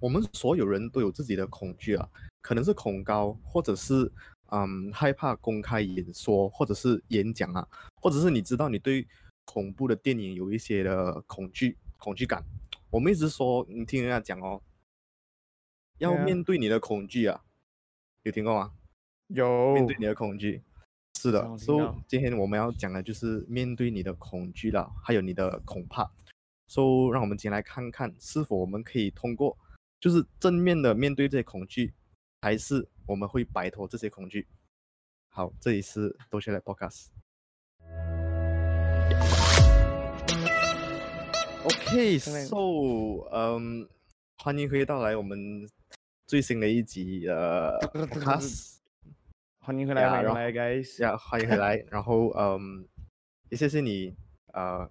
我们所有人都有自己的恐惧啊，可能是恐高，或者是嗯害怕公开演说，或者是演讲啊，或者是你知道你对恐怖的电影有一些的恐惧恐惧感。我们一直说，你听人家讲哦，要对啊面对你的恐惧啊，有听过吗？有面对你的恐惧。是的上，哦我听所、到 so, 今天我们要讲的就是面对你的恐惧啦，还有你的恐怕。So，让我们今天来看看是否我们可以通过，就是正面的面对这些恐惧，还是我们会摆脱这些恐惧。好，这里是多学来 Podcast。OK，so，、嗯，欢迎回到来我们最新的一集呃 Podcast。欢迎回来，呀欢迎然回来，guys。呀，欢迎回来。然后，嗯，也谢谢你，呃，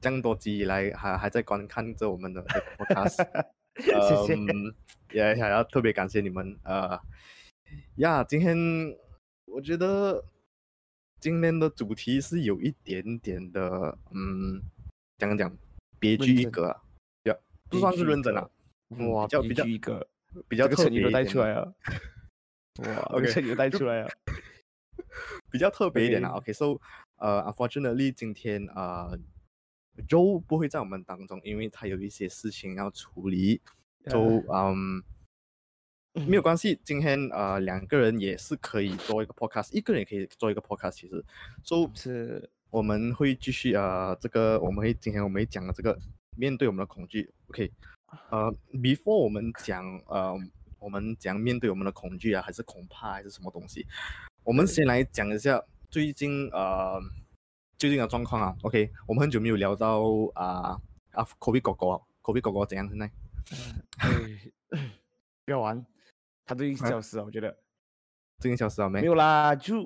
这么多集以来还还在观看着我们的的 podcast， 谢谢嗯也也要特别感谢你们。呃，呀，今天我觉得今天的主题是有一点点的，嗯，讲讲别认具一真格、啊，呀，不算是认真啊，嗯哇，比较必比较须一个，比较这个特成语别都一带点出的来了。哇，这 OK，个成语都带出来了。比较特别一点啦。 OK OK，so、呃，unfortunately，今天呃，Joe 不会在我们当中，因为他有一些事情要处理。呃 So，嗯、没有关系，今天呃两个人也是可以做一个 podcast，一个人也可以做一个 podcast。其实，so 是我们会继续呃，这个我们会今天我们会讲的这个面对我们的恐惧。OK，呃，before 我们讲呃，我们讲面对我们的恐惧啊，还是恐怕还是什么东西，我们先来讲一下最近呃最近的状况啊。OK，我们很久没有聊到啊啊，COVID 狗狗啊，COVID 狗狗怎样现在？哎不要玩，他都一啊消失了，我觉得最近消失了没？没有啦。就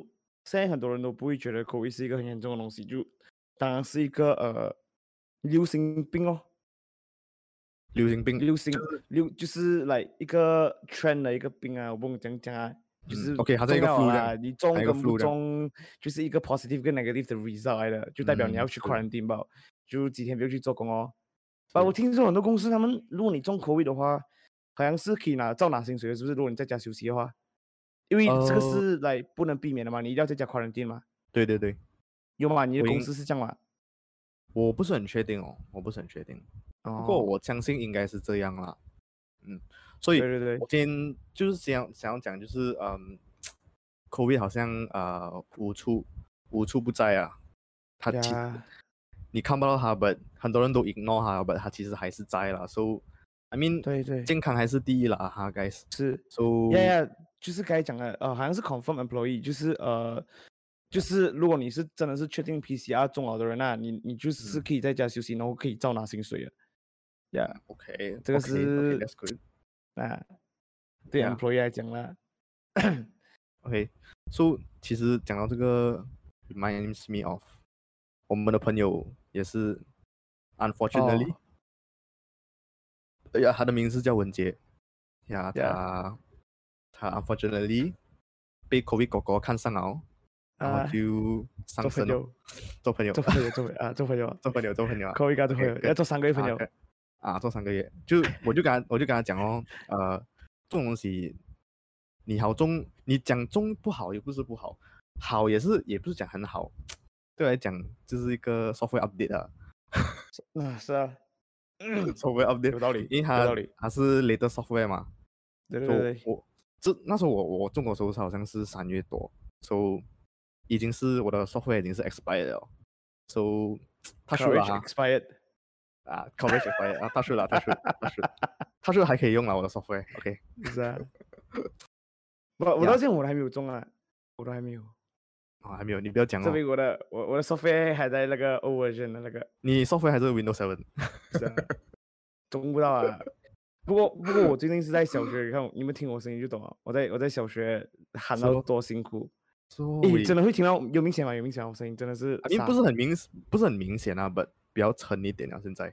现在很多人都不会觉得口 o 是一个很严重的东西，就当然是一个呃流行病哦，流行病。流行流就是来一个 trend 的一个病啊，我不懂怎样讲啊。就嗯是 OK，它是一个重要 flu 这样啦，你中它一个跟 flu 不这样中就是一个 positive 跟 negative 的 result 来的，就代表你嗯要去是 quarantine 吧，就几天不要去做工哦。啊，是我听说很多公司他们，如果你中 COVID 的话，好像是可以拿照拿薪水的，是不是？如果你在家休息的话，因为这呃个是来不能避免的嘛，你一定要在家 quarantine 嘛，对对对，有嘛？你的我公应司是这样嘛？我不是很确定哦，我不是很确定。哦，不过我相信应该是这样啦。嗯，所以对对对我，今天就是想想要讲，就是嗯，COVID 好像呃无处无处不在啊，它其实呀你看不到它，but 很多人都 ignore 它，but 它其实还是在啦。So I mean，对对健康还是第一啦，哈，guys。是。 So 呀呀，就是该讲的，呃，好像是 confirm employee，就是呃，就是如果你是真的是确定 PCR 中了的人啊，你你就是嗯可以在家休息，然后可以照拿薪水的。呀、 OK，这个 OK，OK，是 that's good。啊，对 Yeah employee 来讲啦， OK，so 其实讲到这个，reminds me of 我们的朋友也是，unfortunately，、哎呀，他的名字叫文杰，呀， Yeah 他他 unfortunately 被 COVID 狗狗看上了哦，然啊后就上做身朋了友，，做朋友，做朋友，做朋友啊，做朋友，做朋友，做朋友啊，扣一个做朋 OK，友， OK 要做三个月朋友啊，啊，做三个月，就我就跟他我就跟他讲哦，呃，这种东西你好中，你讲中不好也不是不好，好也是也不是讲很好，对我来讲就是一个 software update 啊 啊，是啊， ，software update，有道理，因为有它道理，它是 later software 嘛，对对就对对，我这那时候我我中国手术好像是三月多，so 已经是我的 software 已经是 expired 了，so 他输了 Courage 啊 expired，啊，coverage expired 啊，他输了，他输了，他输了，他输了还可以用了我的 software，OK、是啊，我我呀到现在我都还没有中啊，我都还没有。啊，还没有，你不要讲这哦。边我的我我的 software 还在那个 old version 的那个，你 software 还是 Windows Seven？是啊中不到啊。不过不过我最近是在小学，你看你们听我声音就懂了。我在我在小学喊是？Oh 到咯多辛苦，所诶，真的会听到有明显吗？有明显吗？我声音真的是啊因为沙不是很明，不是很明显啊，but 比较沉一点啊。现在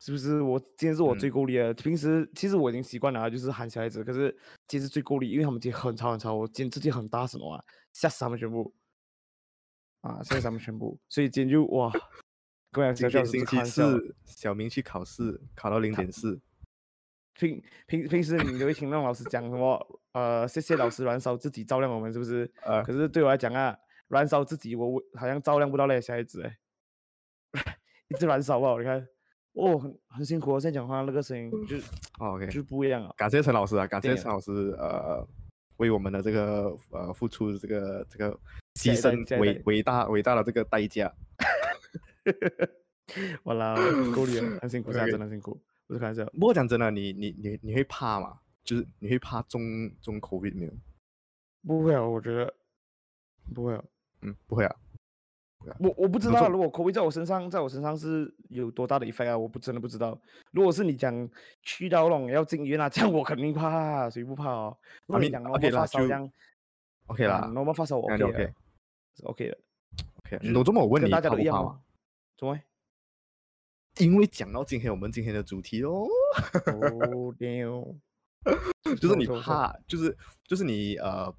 是不是我今天是我嗯最够力的？平时其实我已经习惯了啊，就是喊小孩子，可是今天是最够力，因为他们今天很吵很吵，我今天自己很大声的话，吓死他们全部啊，吓死他们全部，所以今天就 哇，跟我讲今小天学星老师不是开期玩笑的四，小明去考试，考到零点四，平平平时你都会听那种老师讲什么，呃，谢谢老师燃烧自己照亮我们，是不是？呃可是对我来讲啊，燃烧自己，我我好像照亮不到那些小孩子哎， 一直燃烧吧，你看，哦，很很辛苦哦，现在讲话那个声音就哦，OK，就不一样 了。感谢陈老师啊，感谢对陈老师呃为我们的这个呃付出这个这个下一牺代牲下一伟代伟大伟大的这个代价。完了，够力了，很辛苦，现在 OK 真的很辛苦，不是开玩笑。不过讲真的，你你你你会怕吗？就是你会怕中中 COVID 没有？不会啊，我觉得不会啊，嗯，不会啊。我我不知不道啊，错如果 COVID 在我身上，在我身上是有多大的 effect 啊？我不真的不知道。如果是你讲去到那种要进医院啊， 这样我肯定怕啊，谁不怕哦？如果你 mean，讲 OK normal 啦发烧就这样 OK 啦嗯，normal 发烧我那 OK 就的 OK 是 OK 的， ，OK。就那这么我问跟你，大家怕都不一样怕吗？哦。怎 么会？因为讲到今天我们今天的主题哦，哦 damn， 就是你错怕，就是就是你呃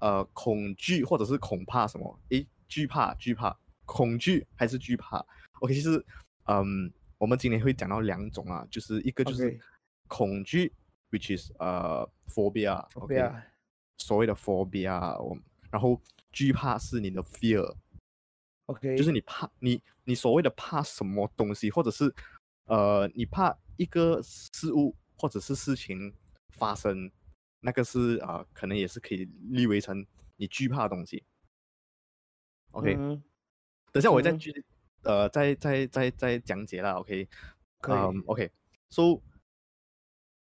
呃恐惧或者是恐怕什么？诶，惧怕惧怕，恐惧还是惧怕？OK，其实嗯，我们今天会讲到两种啊，就是一个就是 OK 恐惧，which is 呃 phobia，OK，、对啊，所谓的 phobia，我然后惧怕是你的 fear， ，OK，就是你怕你你所谓的怕什么东西，或者是呃你怕一个事物或者是事情发生，那个是呃可能也是可以列为成你惧怕的东西。OK，、嗯等一下我再嗯具体呃再再再再讲解啦。OK，可以嗯，OK，so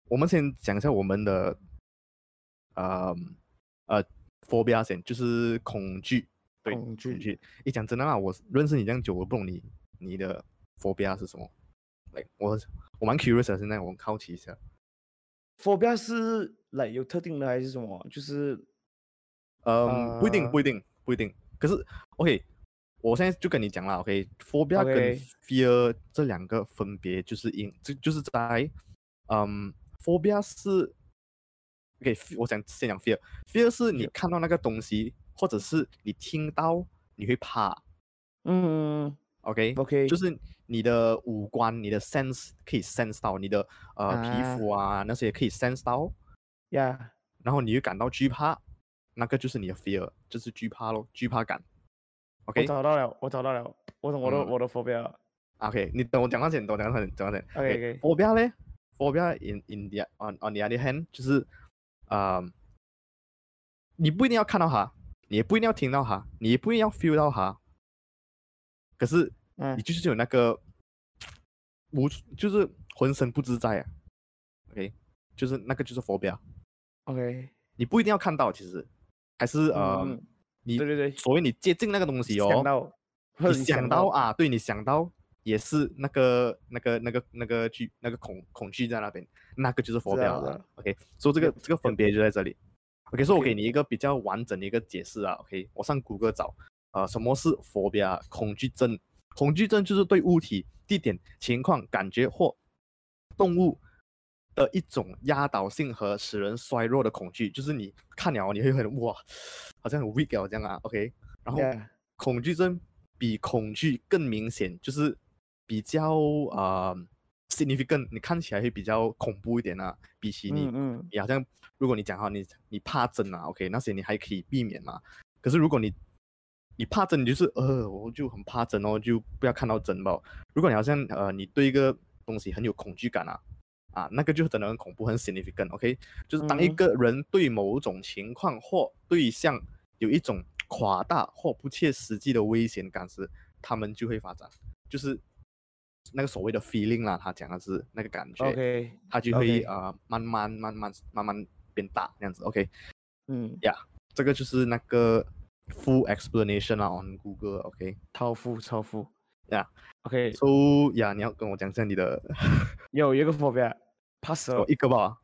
我们先讲一下我们的呃呃 phobia 先，就是恐惧。对，恐恐惧惧。诶，讲真的啊，我认识你这样久，我不懂你你的 phobia 是什么。来，我我蛮 curious 的，现在我很好奇一下。 phobia 是 like 有特定的还是什么？就是嗯，不一定，呃不一定，不一定。可是，OK，我现在就跟你讲了，OK，phobia、跟 OK fear 这两个分别就是因，就就是在，嗯，phobia 是，OK，我想先讲 fear，fear 是你看到那个东西，或者是你听到你会怕嗯，OK， ，OK，就是你的五官、你的 sense 可以 sense 到，你的呃啊皮肤啊那些可以 sense 到，呀，然后你又感到惧怕，那个就是你的 fear，就是惧怕咯，惧怕感。我 OK 找到了，我找到了，我懂我的嗯我的 phobia 了。啊 OK，你等我讲完先，等我讲完先，讲完先。 OK，OK phobia 呢？phobia in in the on on the other hand 就是啊、呃你不一定要看到它，你也不一定要听到它，你也不一定要 feel 到它，可是嗯你，就是有那个无，就是浑身不自在啊。OK，就是那个就是 phobia， OK，你不一定要看到，其实还是呃，嗯你对对对，所谓你接近那个东西哦，想到，或者你想到到，啊，对你想到也是那个那个那个那个惧那个恐恐惧在那边，那个就是啊佛知标道了的。 OK，所、以这个 Yep，这个分别就在这里。OK，所、以我 OK 给你一个比较完整的一个解释啊。OK，我上谷歌找，呃，什么是佛标？恐惧症，恐惧症就是对物体、地点、情况、感觉或动物。的一种压倒性和使人衰弱的恐惧，就是你看了你会很哇，好像很 weak 了这样啊，OK，然后 Yeah，恐惧症比恐惧更明显，就是比较啊、呃 significant，你看起来会比较恐怖一点啊，比起你，嗯嗯，你好像如果你讲哈，你你怕针啊，OK，那些你还可以避免嘛。可是如果你你怕针，你就是呃，我就很怕针哦，就不要看到针吧。如果你好像呃，你对一个东西很有恐惧感啊，啊，那个就真的很恐怖，很 significant，OK，、就是当一嗯个人对某种情况或对象有一种夸大或不切实际的危险感时，他们就会发展，就是那个所谓的 feeling 啦，他讲的是那个感觉 OK，它就会 OK 呃慢慢慢慢慢慢变大这样子。OK，嗯，这个就是那个 full explanation 啊，on Google。OK，超负超负 Yeah ，OK， so 呀，你要跟我讲一下你的有一个 phobia，怕蛇有，哦 一个吧？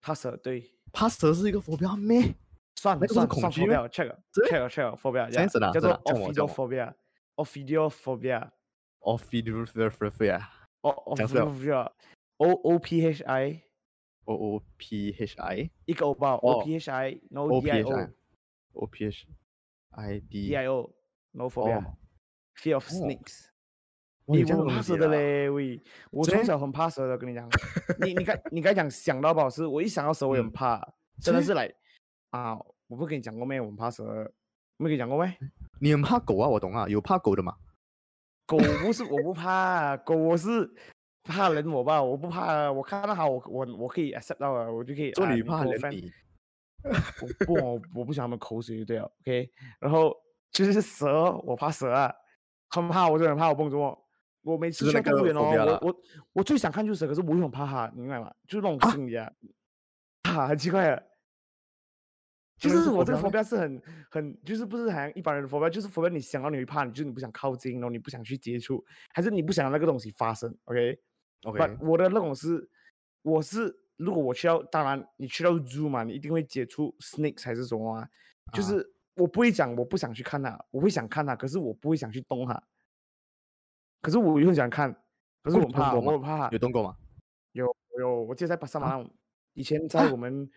怕蛇，对，怕蛇是一个佛标咩？算那了个不是算恐了算惧 phobia 咩了，check 了真的 check 了 check 了 phobia，这样 yeah，子的啊叫真做的啊这样我这样我哦 ophidophobia，ophidophobia，f i d o f i 啊哦讲出来 ophidophobia，O O P H I。 ，O O P H I 一个欧巴哦，O P H I no O D P I H O I O P H I D D E I O no phobia fear of 哦 snakes 哇有咦这样我东很怕西蛇的啊嘞，喂，我这从小很怕蛇的，跟你讲，你你刚你刚讲想到吧，是我一想到蛇我也很嗯怕，真的这是来啊，我不跟你讲过咩，我很怕蛇，没跟你讲过咩？你很怕狗啊，我懂啊，有怕狗的嘛？狗不是我不怕，狗我是怕人我吧，我不怕，我看到它我我我可以 accept 到了，我就可以。做啊你跟怕我人 friend 你我不我我不想他们口水就对了，OK。然后就是蛇，我怕蛇啊，很怕，我真的很怕，我蹦着我。我每次是去那到动物个园哦 phobia 啦，我我我最想看就是蛇，可是我又很怕它，你明白吗？就是那种心理啊，啊，很奇怪的。就真的是是我这个 phobia 佛标是很很，就是不是好像一般人的佛标，就是佛标你想到你会怕，你就是你不想靠近，然后你不想去接触，还是你不想让那个东西发生，OK？ ，OK？但我的那种是，我是如果我去到，当然你去到 zoo 嘛，你一定会接触 snakes 还是什么啊？就啊是我不会讲我不想去看它，我会想看它，可是我不会想去动它。可是我又很想看，可是哦我你很动怕，过我吗很怕它。有动过吗？有有，我记得在巴塞马啊拉，以前在啊我们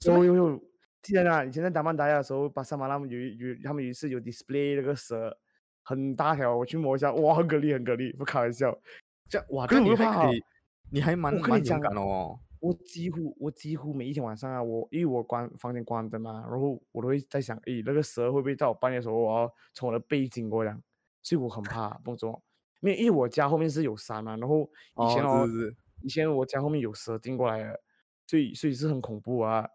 是有咩有有，记得啊，以前在达曼达亚的时候，巴塞马拉有一有他们有一次有 display 那个蛇，很大条，我去摸一下，哇，很给力，很给力，不开玩笑。这样哇，可这是样啊啊你我又怕还可以，你还蛮我跟蛮勇你讲啊敢的哦。我几乎我几乎每一天晚上啊，我因为我关房间关灯嘛，然后我都会在想，诶，那个蛇会不会在我半夜的时候，我要从我的背经过这样，所以我很怕梦中，因为因为我家后面是有山嘛，然后以前哦，哦，是是是， 以前我家后面有蛇进过来的，所以所以是很恐怖啊。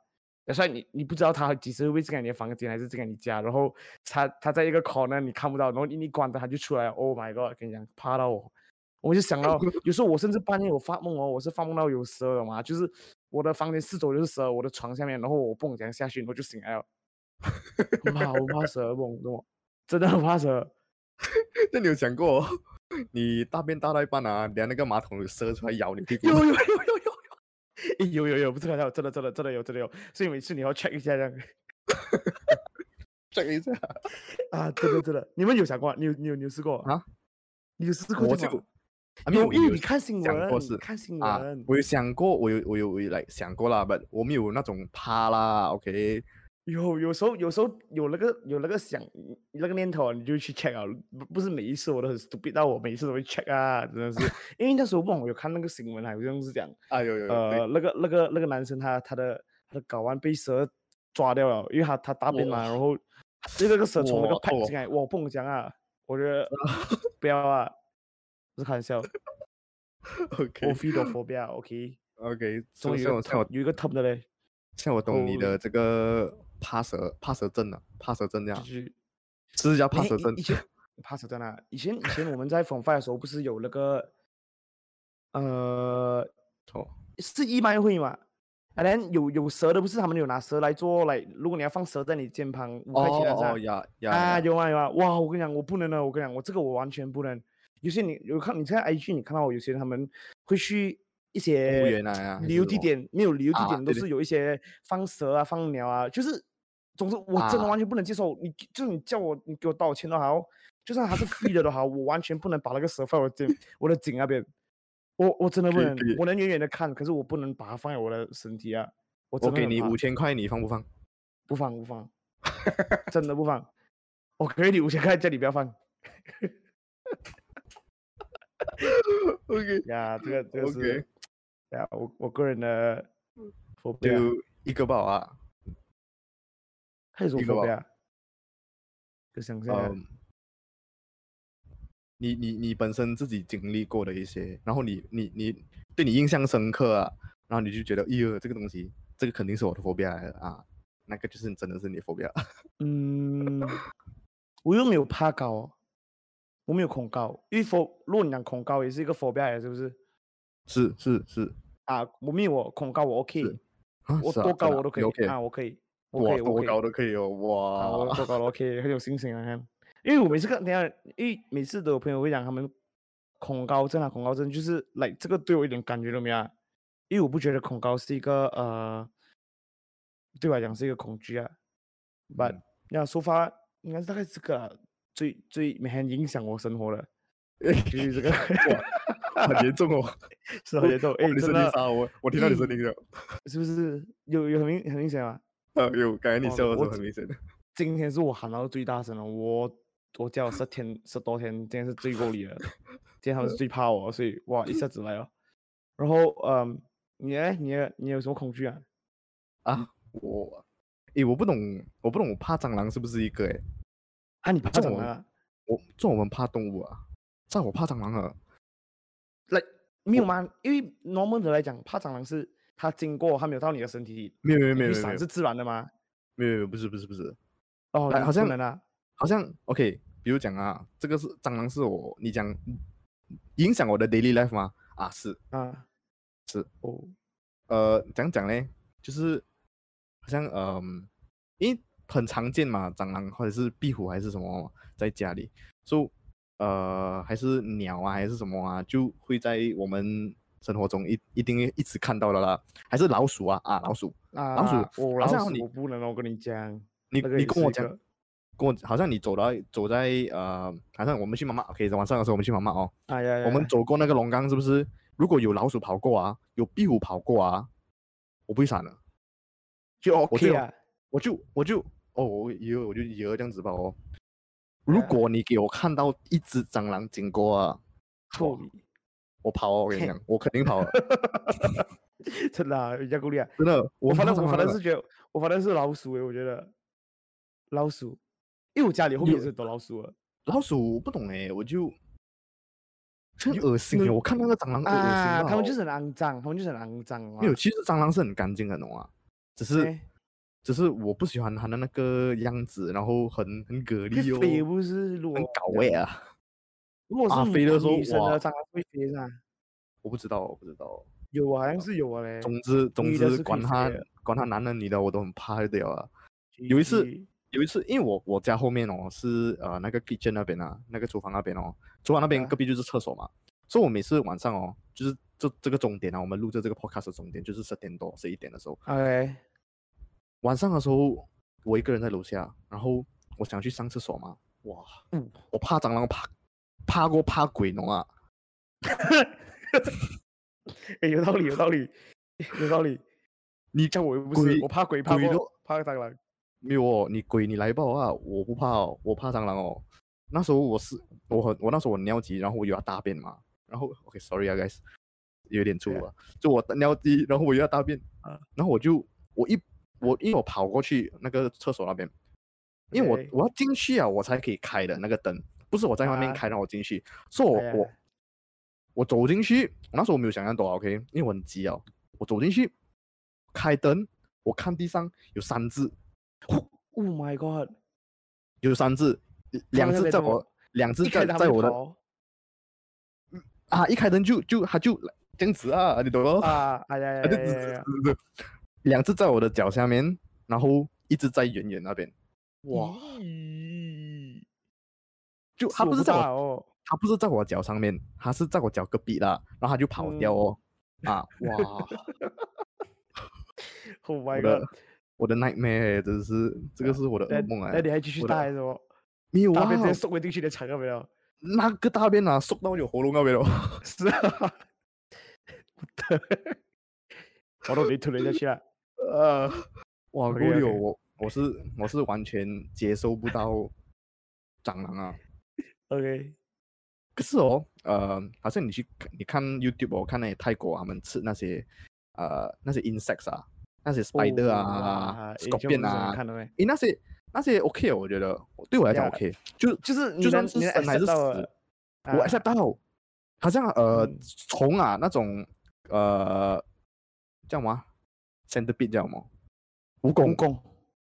所以你你不知道它几时会进来你的房间还是进来你家，然后它它在一个 corner 你看不到，然后你你关灯它就出来了。Oh my god！跟你讲，怕到我，我就想到有时候我甚至半夜我发梦哦，我是发梦到有蛇的嘛，就是我的房间四周就是蛇，我的床下面，然后我蹦这样下去，然后就醒来了。很怕，我怕蛇，梦我真的很怕蛇。那你有想过哦 你大便大到一半啊，连那个马桶有蛇出来咬你屁股有吗？有有有有 有，有有有，不是开玩笑，真的真的真的有真的有，所以每次你要 check 一下这样这个一 下，啊，真的真的，你们有想过啊？你有你有你有试过啊？你有试过我这就个吗？啊没有，我因为你看新想过闻，是你看新啊闻，，我有想过，我有我有我有来想过啦，不，我没有那种怕啦，OK？有有时候有时候有那个有那个想那个念头啊，你就去 check 啊，不不是每一次我都很 stupid，但我每一次都会 check 啊，真的是，因为那时候忘我有看那个新闻啊，好像是讲啊，有有有，对呃，那个那个那个男生他他的他的睾丸被蛇抓掉了，因为他他大便嘛，哇然后就那个蛇从那个哇派哦进来，我不跟你讲啊，我 觉得不要啊，不是开玩笑，我 OK feel 到 phobia，OK， OK，终终于于有一个像 top- 我有一个 top 的嘞，像我懂你哦的这个怕蛇怕蛇症了，怕蛇症这就样，是哎是不是叫怕以蛇以症以前怕蛇在哪？以前以前我们在 form five 的时候不是有那个呃哦，是义卖会嘛？啊，然有有蛇的不是他们有拿蛇来做来，如果你要放蛇在你肩膀五块钱的哦噻哦呀呀啊，呀，有啊有啊，哇！我跟你讲，我不能啊的，我跟你讲，我这个我完全不能。有些你有看你在 IG，你看到有些人他们会去一公些园啊呀，还旅是游什地么，点，没有旅游地啊点都对对是有一些放蛇啊、放鸟啊，就是，总之我真的啊完全不能接受。你就是你叫我，你给我道歉都好，就算他是故意的都好，我完全不能把那个蛇放我颈我的颈那边，我我真的不可以能可以，我能远远的看，可是我不能把它放在我的身体啊。我我真的给很你怕五千块，你放不放？不放不放，真的不放。 我给你五千块，叫你不要放 OK，呀。这个这个 OK 嗯是呀，我我个人的佛贝啊，就一个吧啊，还有什么一个佛吧贝啊？就想象啊嗯，你你你本身自己经历过的一些，然后你你你对你印象深刻啊，然后你就觉得，哎呦，这个东西，这个肯定是我的 phobia 来的啊，那个就是真的是你的 phobia。 嗯，我又没有怕高哦，我没有恐高，因为佛，如果你讲恐高也是一个佛贝来的，是不是？是是是啊，我没有哦，恐高我 OK，啊，我是啊多真高的我啊都可你以 OK，啊，我可以，我可哇，以，我多可以。高都可以哦，啊，我哇，做高了，OK，很有信心啊。看，因为我每次看，等一下，因为每次都有朋友会讲他们恐高症啊，恐高症就是来这个对我一点感觉都没有、啊，因为我不觉得恐高是一个呃，对我来讲是一个恐惧啊。But 嗯那说法应该是大概是这个啊最最每天影响我生活的， 就是这个很严重哦，是 很严重。哎，你真声音的沙我我听到你声音了，是不是有有很明很明显啊？哎呦，刚才你哇笑的时我候很明显的，今天是我喊到最大声了，我我叫了十天十多天，今天是最够力了。今天他们是最怕我，所以哇一下子来了。然后嗯，你呢？你的你有什么恐惧啊？啊，我，诶，哎我不懂，我不懂，我怕蟑螂是不是一个？哎诶，啊，你怕这蟑我螂啊？我这我们怕动物啊，这我怕蟑螂啊。没有吗？因为 normal 的来讲，怕蟑螂是它经过，它没有到你的身体，没有没有哎你没有没有去没闪有是自然的吗？没有没有不是不是不是，哦，哎你好不像能啊。好像 OK，比如讲啊，这个是蟑螂是我你讲影响我的 daily life 吗？啊是，啊，是哦，呃讲讲嘞，就是好像嗯、因为很常见嘛，蟑螂或者是壁虎还是什么嘛在家里，就、呃还是鸟啊还是什么啊，就会在我们生活中一一定一直看到的啦，还是老鼠啊啊老鼠，啊，鼠我好老像鼠你我不能，我跟你讲，你那个你也跟是我一讲个，跟我好像你走到走在呃，好像我们去妈妈，OK，晚上的时候我们去妈妈哦，哎呀，我们走过那个龙岗是不是？如果有老鼠跑过啊，有壁虎跑过啊，我不会闪的，就我就 OK 有啊，我就我就哦，我以后我就以后这样子吧哦。啊如果你给我看到一只蟑螂经过啊，错你，我跑哦，我跟你讲，我肯定跑的， 真的啊，人家够厉害。真的。我反怕正我蟑反螂正的是觉得，我反正是老鼠欸诶，我觉得老鼠，因为我家里后面也是很多老鼠啊。老鼠，我不懂哎，我就很就恶心你诶们我看到那蟑螂恶恶心哦啊，到他们就是很肮脏，他们就是很肮脏啊没。有，其实蟑螂是很干净的，懂吗？只是。哎只是我不喜欢它的那个样子，然后很很蛤会蜊飞哦，不是？如很果搞味啊！如果啊是飞的女时候女生哇的蟑螂会飞是吧？我不知道，我不知道。哎有啊，好像是有啊嘞。总之，总女的之，是可以管他飞的管他男的女的，我都很怕就对了啊。有一次 GG 有一次，因为我我家后面哦是呃那个 kitchen 那边啊，那个厨房那边哦，厨房那边啊隔壁就是厕所嘛，所以我每次晚上哦，就是这这个终点啊，我们录制这个 podcast 的终点就是十点多十一点的时候， ，OK，晚上的时候我一个人在楼下，然后我想去上厕所嘛，哇，嗯我怕蟑螂怕怕过怕鬼侬啊。哎，有道理，有道理，有道理。 你像我又不是鬼，我怕鬼，怕鬼过都怕蟑螂。没有哦，你鬼你来吧啊！我不怕哦，我怕蟑螂哦。那时候我是我很我那时候我尿急，然后我又要大便嘛，然后 OK sorry 啊 guys，有点粗对啊啊，就我尿急，然后我又要大便啊，然后我就我一我因为我跑过去那个厕所那边，因为我 OK 我要进去啊，我才可以开的那个灯，不是我在外面啊开让我进去，所以我哎我呀我走进去，我那时候没有想象多啊 OK，因为我很急啊，我走进去开灯，我看地上有三只。 Oh my god！有三只，两们在只在做我，两只一开在始他在们我的跑啊，一开灯就就它就这样子啊，你懂吗？ 啊，哎呀呀它就呀只呀呀呀！两只在我的脚下面，然后一只在远远那边，哇，咦，就它是不我是不在大我，哦，它不是在我脚上面，它是在我脚隔壁啦，然后它就嗯跑掉 哦，啊，哇， Oh 我 my 的 god！我的 nightmare 真的是，这个是我的那噩梦那哎你，还继续我的带是吗？没有大啊便，直接缩回进去你的肠那边了。那个大便啊，缩到我喉咙那边了， 是啊，我的，我都没吞了下去了。呃，哇，够 OK，OK 了，我我是我是完全接受不到蟑螂啊。 OK，可是哦，呃，好像你去你看 YouTube，我看哦那些泰国啊他们吃那些呃那些 insects 啊，那哦些 spider 啊、狗 scorpion 啊，看到没？诶，那些那些 OK，我觉哦得对我来讲呀 OK，就就是你就算能是你能生还是 accept 死，到了我啊 accept 到。好像呃嗯虫啊那种呃叫什么啊 centipede 叫什么蜈蚣公公，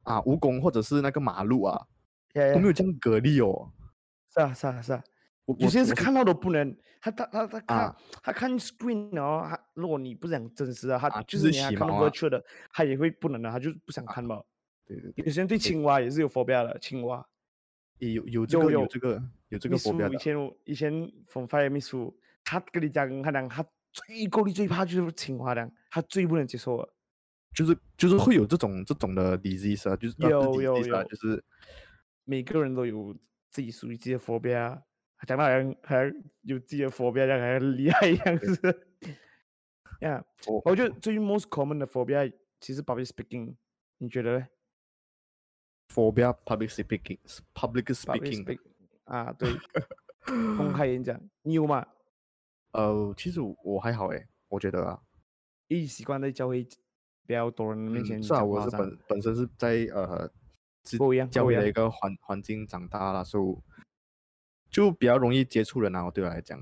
啊蜈蚣或者是那个马路啊，呀呀都没有这样蛤蜊哦。是啊是啊是啊，我有我些人是我看到都不能，他他他他看啊他看 screen 哦，他如果你不想真实的，啊他就就是是你还洗看到毛啊 virtual 的，他也会不能的，他就是不想看嘛。对对对，有些人对青蛙也是有 phobia 的，青蛙。也有有这个有有有这个有这秘个国书标以的啊前我以前 from fire 秘书，他跟你讲，他讲他最够力最怕就是青蛙的，他最不能接受的。就是就是会有这种这种的 disease 啊，就是呃不是有有 disease 啊，有就是每个人都有自己属于自己的 phobia，他讲到好像好像有自己的 phobia，这样好像很厉害一样，是不是？呀、我我觉得最 most common 的 phobia 其实 public speaking，你觉得呢 phobia public speaking public ？public speaking 啊 speak 啊，对，公开演讲，你有吗？呃，其实我还好诶，我觉得啊，因为习惯在教会比较多人的面前虽讲然话我嗯上，是本本身是在呃自跟我一样，教跟我会一样的一个环环境长大啦，所以就比较容易接触人啊，对我来讲，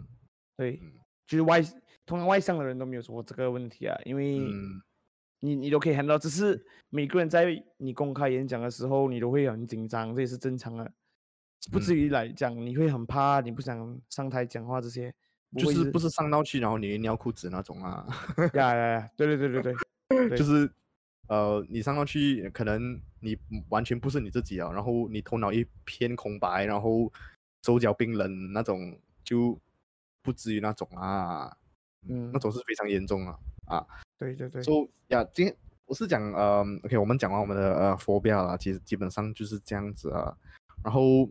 对嗯，就是外通常外向的人都没有说过这个问题啊，因为嗯，你你都可以 handle，只是每个人在你公开演讲的时候，你都会很紧张，这也是正常的，啊不至嗯于来讲你会很怕，你不想上台讲话这些，就会是不是上到去然后你会尿裤子那种啊，呀呀呀，对对 对对对，对就是呃你上到去可能你完全不是你自己啊，然后你头脑一片空白，然后手脚冰冷那种就不至于那种啊，嗯那，种是非常严重啊。对对对，就呀，今天我是讲呃，OK，我们讲完我们的呃 phobia 了，其实基本上就是这样子啊。然后，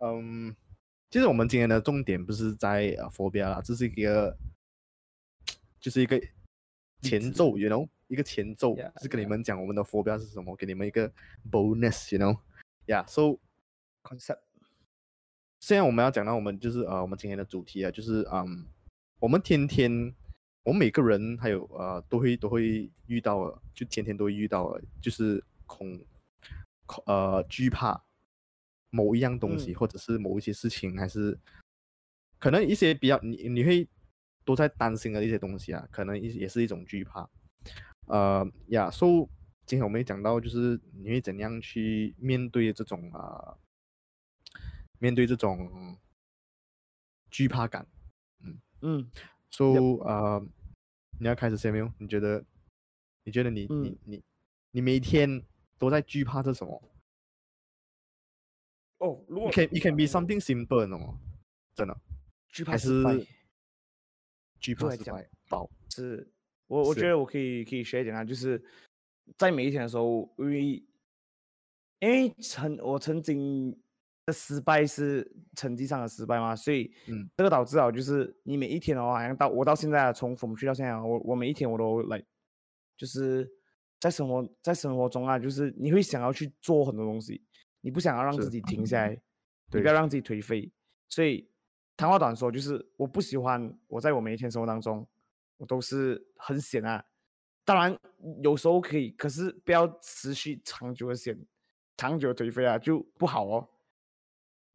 嗯，其实我们今天的重点不是在呃 phobia 啦，这是一个，就是一个前奏，you know，一个前奏 Yeah, 就是跟你 yeah. 们讲我们的 phobia 是什么，给你们一个 bonus，you know，yeah，so。 concept 现在我们要讲到我们就是呃，我们今天的主题啊，就是嗯，我们天天，我们每个人还有呃，都会都会遇到的，就天天都会遇到的，就是恐恐呃惧怕某一样东西，嗯或者是某一些事情，还是可能一些比较你你会都在担心的一些东西啊，可能也也是一种惧怕。呃呀，所以今天我们也讲到，就是你会怎样去面对这种啊、呃面对这种惧怕感。嗯， So 呃，你要开始 Samuel，你觉得你觉得你、嗯你你你每天都在惧怕这什么哦，如果？It can it can be 呃 something simple，你懂吗？真的惧怕还失是败惧对怕我来失讲败爆是我我是觉得我可以可以学一点啊，就是在每一天的时候，因为因为曾我曾经的失败是成绩上的失败嘛，所以嗯这个导致啊，就是你每一天哦，好像到我到现在啊，从我们去到现在啊，我我每一天我都来就是在生活在生活中啊，就是你会想要去做很多东西，你不想要让自是己停下来，你对不要让自己颓废。所以长话短说，就是我不喜欢我在我每一天生活当中，我都是很闲啊。当然有时候可以，可是不要持续长久的闲，长久的颓废啊，就不好哦。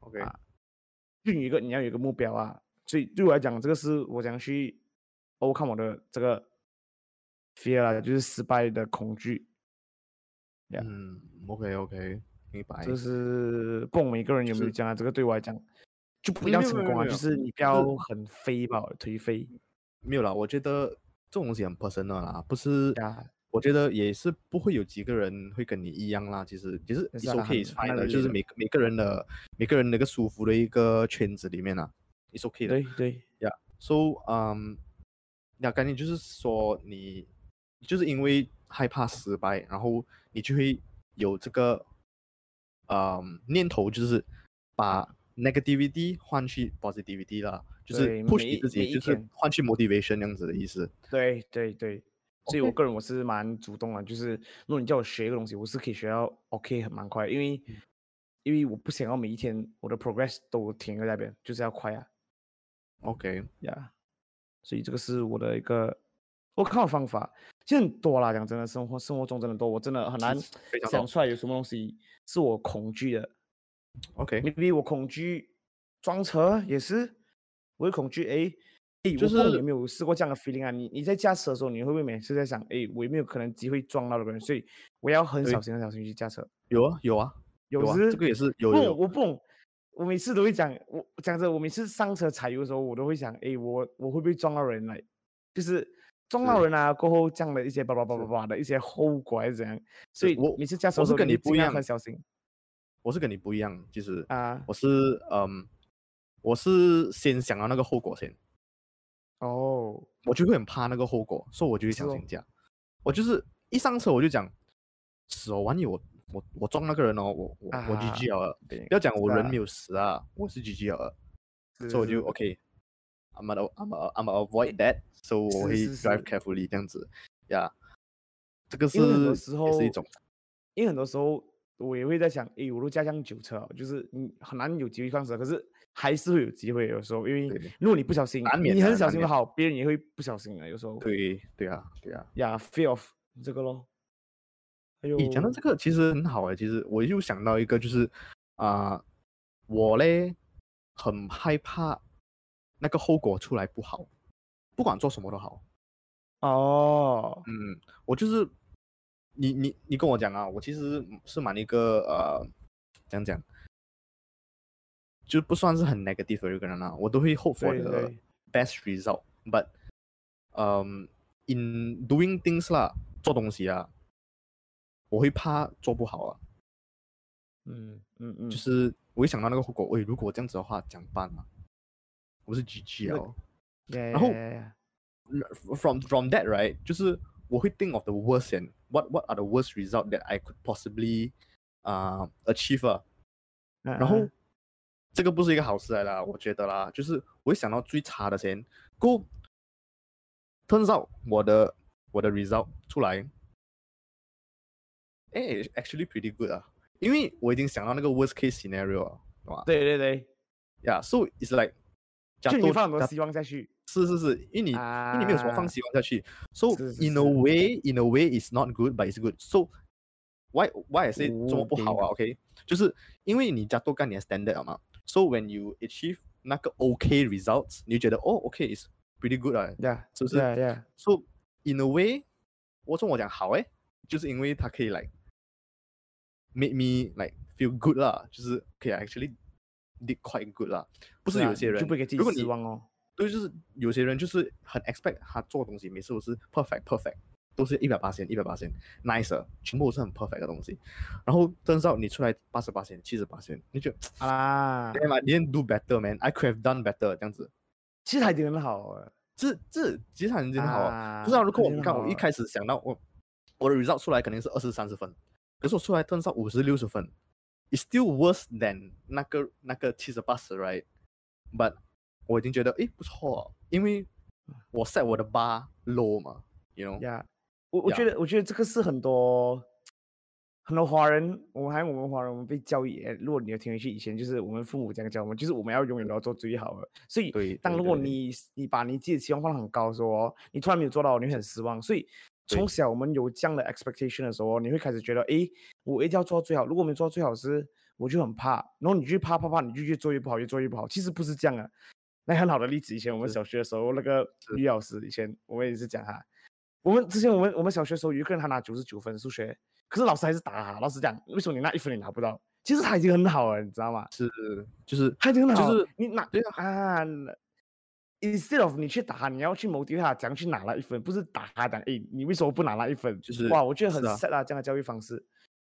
？OK，啊就有一个你要有一个目标啊。所以对我来讲，这个是我想去 overcome 我的这个 fear 啊，就是失败的恐惧。Yeah 嗯，OK OK，明白。这是不管每个人有没有哎是这样啊，这个对我来讲就不一没定要没有成没有功啊，没就有是你不就要是很飞吧，颓废没有啦，我觉得这种东西很 personal 啦，不是呀。我觉得也是不会有几个人会跟你一样啦。其实其实也 it's 是啊 okay，it's 很 fine 很的，难就是理解每个每个人的每个人的一个舒服的一个圈子里面啦，it's okay 的。对对， So，嗯，那概念就是说你就是因为害怕失败，然后你就会有这个，嗯，念头就是把 negativity 换去 positivity 啦，就是对每 push 你一自每己，一就是天换去 motivation 那样子的意思。对对对，所以我 OK 个人我是蛮主动的，啊就是如果你叫我学一个东西，我是可以学到 OK 很蛮快，因为嗯因为我不想要每一天我的 progress 都停在那边，就是要快啊 OK，呀。所以这个是我的一个我看的方法，其实很多啦，讲真的，生活生活中真的多，我真的很是难非常想好。出来有什么东西是我恐惧的。 OK， maybe 我恐惧撞车也是，我会恐惧诶诶，就我不知道你是有没有试过这样的 feeling 啊？你你在驾车的时候，你会不会每次在想，诶，我有没有可能机会撞到的人？所以我要很对小心、很小心去驾车。有啊有啊有啊，时这个也是有不有懂，有我不懂，我每次都会讲，我讲着，我每次上车踩油的时候，我都会想，诶，我我会不会撞到人来？就是撞到是人啊，过后这样的一些叭叭叭叭是叭的一些后果还是怎样？所是以我每次驾我车的时是候跟你你会不尽一量样很小心我是跟你不一样，其实啊。我是嗯，我是先想到那个后果先。哦，我就会很怕那个后果，所以我就会是想哦请假。我就是一上车我就讲，死哦，万一我我我撞那个人哦，我我、我啊 GG 了啊，对不要讲我人啊没有死啊，我是 GG 了啊，是所以我就是 OK。I'm gonna I'm gonna I'm gonna avoid that，so 我会是是 drive 是 carefully 这样子，呀、这个是因为很多时也是一候种因为很多时候我也会在想，诶，我都驾这样久车了，哦就是你很难有机会上车，可是还是会有机会。有时候，因为对对如果你不小心，难免你的很小难心的免好，别人也会不小心的。有时候，对对啊，对啊。呀，fear of 这个咯。还有，你讲到这个其实很好哎、其实我又想到一个，就是啊、我嘞很害怕那个后果出来不好，不管做什么都好。哦，嗯，我就是你你你跟我讲啊，我其实是蛮一个呃，讲讲，就不算是很 negative 的一个人啊，我都会 hope for 对 the 对 best result。But，嗯、in doing things 啦，做东西啊，我会怕做不好啊，嗯嗯嗯，就是我会想到那个后果，喂，如果这样子的话，怎么办嘛？我是 GG 那哦。然然后 from from that right，就是我会 think of the worst and what what are the worst result that I could possibly 啊、achieve 啊。然然后这个不是一个好事来啦，我觉得啦，就是我会想到最差的先。Go turns out 我的我的 result 出来，哎，it's，actually pretty good 啊，因为我已经想到那个 worst case scenario 啊，懂吗？对对对， ，Yeah，so it's like 假就你多放很多假希望下去，是是是，因为你、因为你没有什么啊放希望下去。So 是是 in a 是 way, in a way, it's not good, but it's good. So why why I say 做哦不好啊？OK，就是因为你加多干你的 standard 了嘛。So when you achieve 那个 OK results，你就觉得哦，OK is pretty good 啊。呀，是不是呀呀， So in a way，我中我讲好诶，就是因为它可以 like make me like feel good 啦，就是 OK I actually did quite good 啦。不是有啊些人就不会给自如果己你失望哦。对，就是有些人就是很 expect 他做的东西，每次都是 perfect perfect，都是一百八千、一百八千 nice，的全部都是很 perfect 的东西。然后真到你出来八十八千、七十八千，你就哎啊， damn I didn't do better man, I could have done better 这样子。其实还挺很好啊，这这其实很很好啊。啊，不知道如果我还挺你看好我一啊开始想到我我的 result 出来肯定是二十三十分，可是我出来真到五十六十分，it's still worse than 那个那个七十八十 right，but 我已经觉得诶不错哦，因为我 set 我的 bar low 嘛，you know，呀，我我觉得我觉得这个是很多很多华人，我们还有我们华人，我们被教育，呃如果你有听回去以前，就是我们父母这样教我们，就是我们要永远都要做最好的。所以，对当对如果对你你把你自己的期望放得很高的时候哦，你突然没有做到，你会很失望。所以。对从小我们有这样的 expectation 的时候哦，你会开始觉得，诶，我一定要做到最好。如果没有做到最好时，我就很怕。然后你就怕怕怕，你就越做越不好，越做越不好。其实不是这样啊。那很好的例子，以前我们是小学的时候，那个是于老师，以前我们也是讲他，我们之前我们我们小学的时候，有一个人他拿九十九分数学，可是老师还是打他，老师讲为什么你那一分你拿不到？其实他已经很好了，你知道吗？是就是他已经很就好，是你拿对啊，instead of 你去打他，你要去谋敌他，讲去拿那一分，不是打他讲，诶，你为什么不拿那一分？就是哇，我觉得是很啊 sad 啊，这样的教育方式，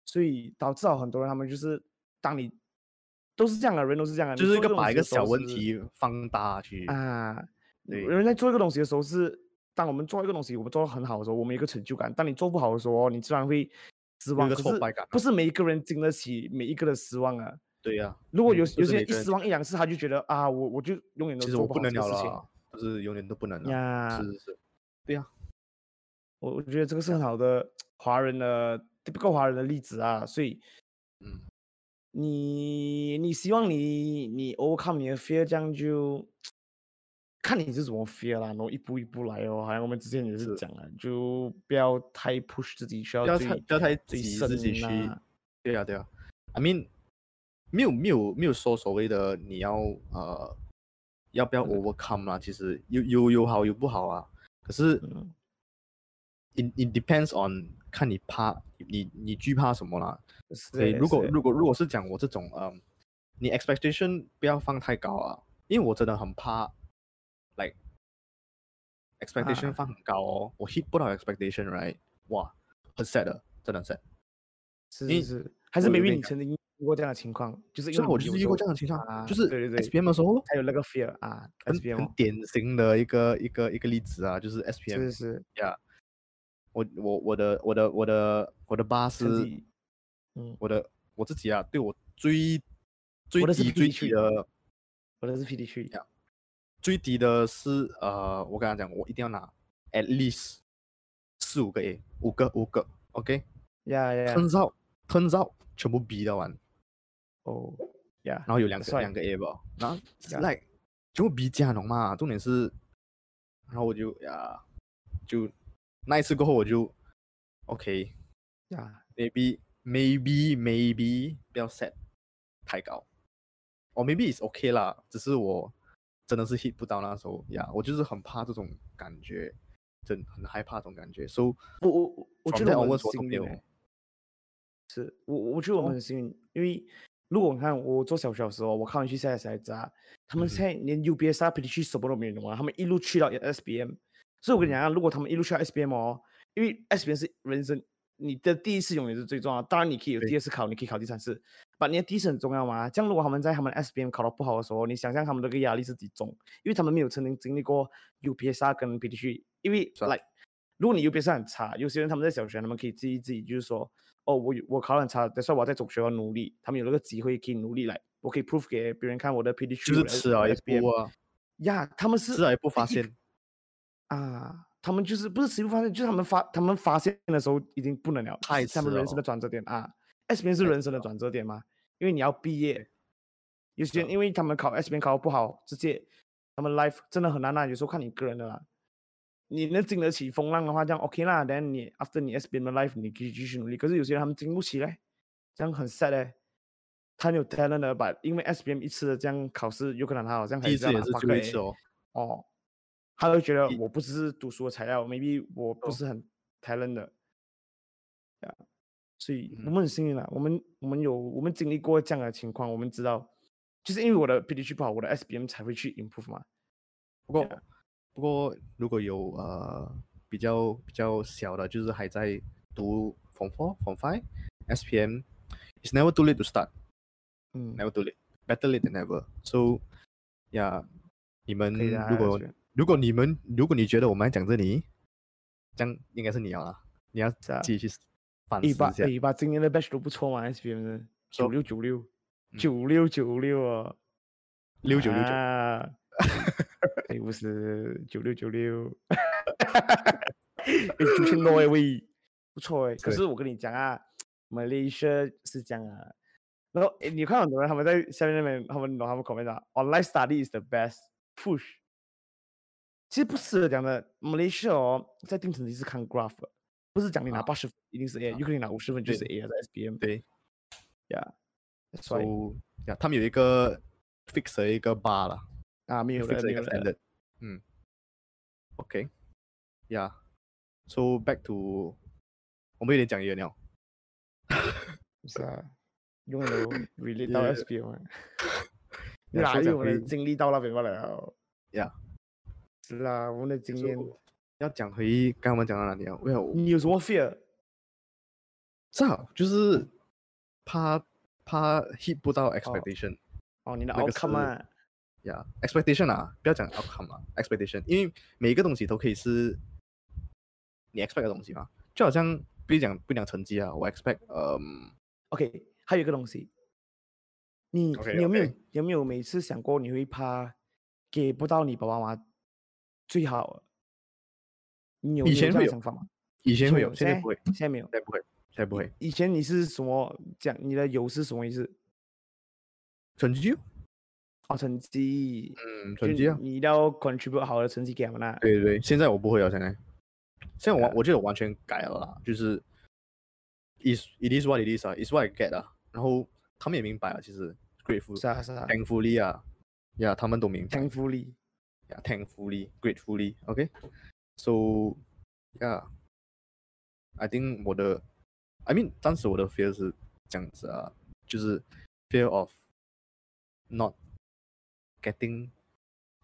所以导致了很多人他们就是当你都是这样的人，都是这样啊的，你就是一做这个种把一事个的时候小问是题放大去，啊，对人在做一个东西的时候是，当我们做一个东西，我们做的很好的时候，我们有一个成就感；当你做不好的时候，哦你自然会失有一望。个可挫是败感啊不是每一个人经得起每一个的失望啊。对呀、如果嗯有不是有些每人一个人失望一两次，他就觉得啊，我我就永远都其实做我不不好能这个了嗯事情啦，就是永远都不能了，呀是。是是，我我觉得这个是很好的华人的 typical 华人的例子啊，所以嗯，你你希望你你 overcome 你的 fear，这样就看你是怎么 fear 啦，然后一步一步来哦。好像我们之前也是是讲了，就不要太 push 自己，需要不要最太不要太最急深自己去呐对呀、啊对呀、i mean，没有没有没有说所谓的你要呃要嗯不要 overcome 啦，其实有有有好有不好啊。可是嗯 it it depends on 看你怕你你惧怕什么啦。是对，的如果是的如果如果是讲我这种嗯，你 expectation 不要放太高啊，因为我真的很怕，like 啊 expectation 放很高哦，我 hit 不到 expectation right，哇，很 sad 的，真的很 sad。是你是是，还是我有 maybe 跟你你讲曾经遇过这样的情况，就是因所为以我你就有是遇时过候这样的情况，啊就是对对对 SPM 的时候咯，还有那个 fear 啊很，SBM 很哦典型的一个一个一个例子啊，就是 SPM 是是呀、我我我的我的我的我的八自是己，嗯，我的我自己啊，对我最最我的是低最 PDQ 低的我的是 PD 区呀最低的是呃，我跟他讲，我一定要拿 at least 四五个 A，五个五个，OK，呀呀呀吞 u 吞 s turns out 全部 B 到完，哦呀然，后有两个帅两个 A 吧，然后 Yeah like 全部 B 加农嘛，重点是，然后我就呀，就那一次过后我就 OK 呀 maybe maybe maybe 不要 set 太高，哦 maybe is OK 啦，只是我真的是 hit 不到那时候呀，我就是很怕这种感觉，真很害怕这种感觉，so 我我我我 from 觉得 that 我们 onwards 我都幸没运有欸，是我我觉得我们很幸运，因为如果你看我做小学的时候，我看回去现在的孩子啊，他们嗯哼现在连 UBS 啊、PDC 什么都没有懂啊，他们一路去到 SBM，所以我跟你讲啊，如果他们一路去到 SBM 哦，因为 SBM 是人生你的第一次永远是最重要的，当然你可以有对第二次考，你可以考第三次，把你的第一次很重要嘛。这样如果他们在他们 SBM 考得不好的时候，你想象他们那个压力是几重，因为他们没有曾经经历过 UPS 啊跟 PDC，因为是啊 like 如果你 UPS 很差，有些人他们在小学他们可以自己自己就是说，哦，我有我考得很差，但是我在总学要努力，他们有那个机会可以努力来，我可以 proof 给别人看我的 PDC 就是迟了一步啊，呀，他们是迟了一步发第一现，啊，他们就是不是迟不发现，就是他们发他们发现的时候已经不能了，太是迟他们人了生的转折点啊。S 边是太人迟生的了转折点嘛，因为你要毕业，有些人的因为他们考 S 边考得不好，直接他们 life 真的很难啊，有时候看你个人的啦。你能经得起风浪的话，这样 OK 啦。等你 after 你 S 边的 life，你可以继续努力。可是有些人他们经不起嘞，这样很 sad 嘞。他很有 talent 的吧？因为 S B M 一次的这样考试，有可能他好像还第一这次也样拿是八最个后一 A 次哦，哦，他会觉得一我不只是读书的材料，maybe 我不哦是很 talent 的，对啊，所以我嗯们很幸运啦，我们我们有我们经历过这样的情况，我们知道，就是因为我的 PDG 不好，我的 SBM 才会去 improve 嘛，不过 Yeah 不过如果有呃比较比较小的，就是还在读 Form Four、Form Five、SPM。It's never too late to start, 嗯， never too late, better late than never. So, yeah，你们可以的，嗯啊如果如果你们如果你觉得我们还讲这里，这样应该是你要了，你要是啊自己去反思一一八下。一八今年的 batch 都不错嘛，SBM 的说九六九六嗯九六九六啊，六九六九，啊，哎不是九六九六， 哎 九千多哎喂，不错哎。可是是我跟你讲啊，Malaysia 是这样啊。然后哎你看很多人他们在下面那边，他们懂他们 comment 啊，online study is the best push。其实不是讲的，Malaysia 哦，在定成绩是看 graph，的不是讲你拿啊八十一定是 A，啊有可能你拿五十分就对是 A 啊，在 SBM。对呀，所所以以呀，他们有一个 fix 的一个 bar 了。啊没有了 fix 了没一有个了， standard。嗯，OK，yeah. So back to 我们有点讲远了。是啊，永远都 relate 到 Yeah. SBM 啊。 Yeah，哪所以讲有我的回经历到那边罢了 Yeah 是啦，我们的经验。 So, 要讲回刚刚我们讲到哪里啊？喂，我你有什么 fear？正好就是怕怕 hit 不到 expectation 哦，你的那个 outcome 是啊，呀、yeah, expectation 啊，不要讲 outcome 啊，expectation，因为每一个东西都可以是你 expect 的东西嘛，就好像不讲不讲成绩啊，我 expect 嗯、 OK，还有一个东西，你 OK，你有没有 OK 有没有每次想过你会怕给不到你爸爸妈妈最好的？你有以你有前这会样有想法吗？以前会有，现现在不会，现在没嗯有现。在不会，现在不会，以前你是什么讲？你的有是什么意思？成绩哦，哦，成绩，嗯，就成绩啊，你一定要 contribute 好的成绩给他们啊啦。对对，现在我不会了，啊现在，现在我完 Yeah. 我觉得我完全改了啦，就是 is it is what it is 啊，is what I get 啊，然后他们也明白啊，其实 grateful 是啊是啊 thankfully 啊，呀、他们都明白，thankfully。呀、t h a n k f u l l y gratefully，OK，so、yeah，I think 我的，I mean 当时我的 fear 是这样子啊，就是 fear of not getting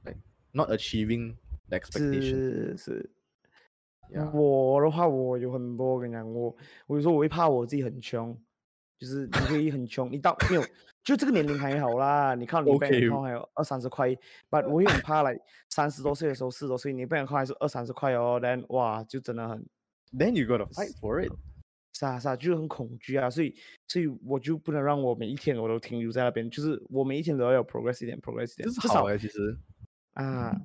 like not achieving the expectation，是是，呀我的话我有很多，我跟你讲，我我有时候我会怕我自己很穷，就是你会很穷，你到没有，就这个年龄还好啦，你 看你 OK 被人还有二三十块，but 我会很怕来三十多岁的时候，四十多岁你被人还是二三十块哦，但哇就真的很 then you gotta fight for it。是啊是啊，就是很恐惧啊，所以所以我就不能让我每一天我都停留在那边，就是我每一天都要有 progress 一点，progress 一点，这是至好少哎、其实啊。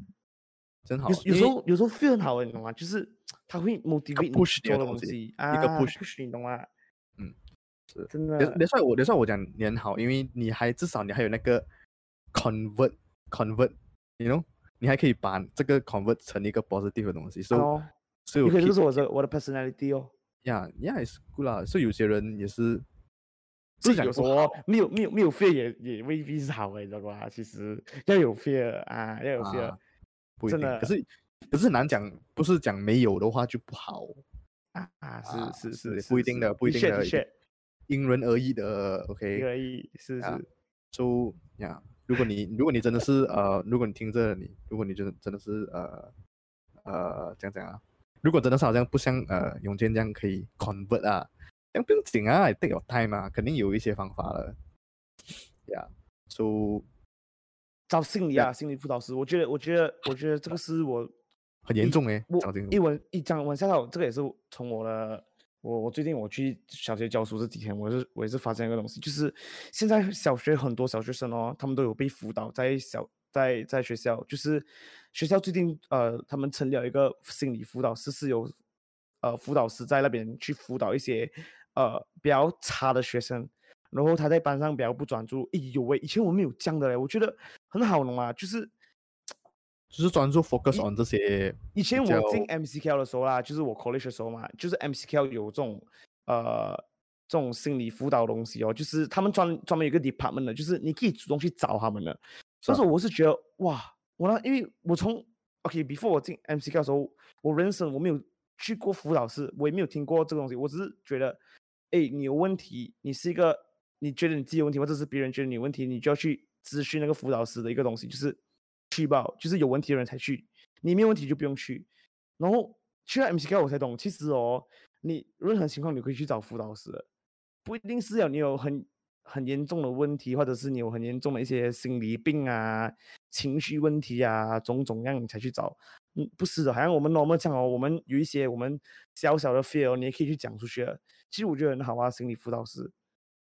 真好。有有因时为候有时候 feel 很好的，你懂吗？就是他会 motivate 你 push 去你的做的东东西西一个啊 push 嗯 push 你懂吗？是。真的别别算我，别算我讲年好，因为你还至少你还有那个 convert convert，you know，你还可以把这个 convert 成一个 positive 的东西，所以哦，所以你可能就就是我的我的 personality 哦。呀呀 is good 啦，所以有些人也是不自是己讲有不什好么没有没有没有 fear 也也未必是好的，你知道吧？其实要有 fear 啊，要有 fear，、啊，不一真定，的可是可是很难讲，不是讲没有的话就不好，啊啊，啊是是是的不一定的不一定的的一确因人而异的的确，OK，而已，是啊是， so 呀、如果你如果你真的是呃，如果你听着你，如果你真的真的是呃呃，讲讲啊，如果真的是好像不像呃永健这样可以 convert 啊，这样不用紧啊，take your time 啊，肯定有一些方法了。呀、yeah,，so 找心理对啊，心理辅导师，我觉得我觉得我觉得这个是我很严一重诶，我找这个一文一张文下来，这个也是从我的我我最近我去小学教书这几天，我是我也是发现一个东西，就是现在小学很多小学生哦，他们都有被辅导在小在在学校，就是学校最近呃，他们成立了一个心理辅导室，是有呃辅导师在那边去辅导一些呃比较差的学生，然后他在班上比较不专注。哎呦喂，以前我没有这样的嘞，我觉得很好弄啊，就是。就是专注 focus on 这些以前较我进 MCQ 的时候啦，就是我 college 的时候嘛，就是 MCQ 有这种呃这种心理辅导的东西哦，就是他们专专门有一个 department 的，就是你可以主动去找他们的。所以是说我是觉得哇，我呢，因为我从 OK before 我进 MCQ 的时候，我人生我没有去过辅导室，我也没有听过这个东西，我只是觉得，哎，你有问题，你是一个你觉得你自己有问题，或者是别人觉得你有问题，你就要去咨询那个辅导师的一个东西，就是去吧，就是有问题的人才去，你没有问题就不用去。然后去了 MCQ 我才懂，其实哦，你任何情况你可以去找辅导师的，不一定是要你有很很严重的问题，或者是你有很严重的一些心理病啊、情绪问题啊，种种样你才去找。嗯，不是的，好像我们 normal 这样哦，我们有一些我们小小的 fear，哦你也可以去讲出去的。其实我觉得很好啊，心理辅导师。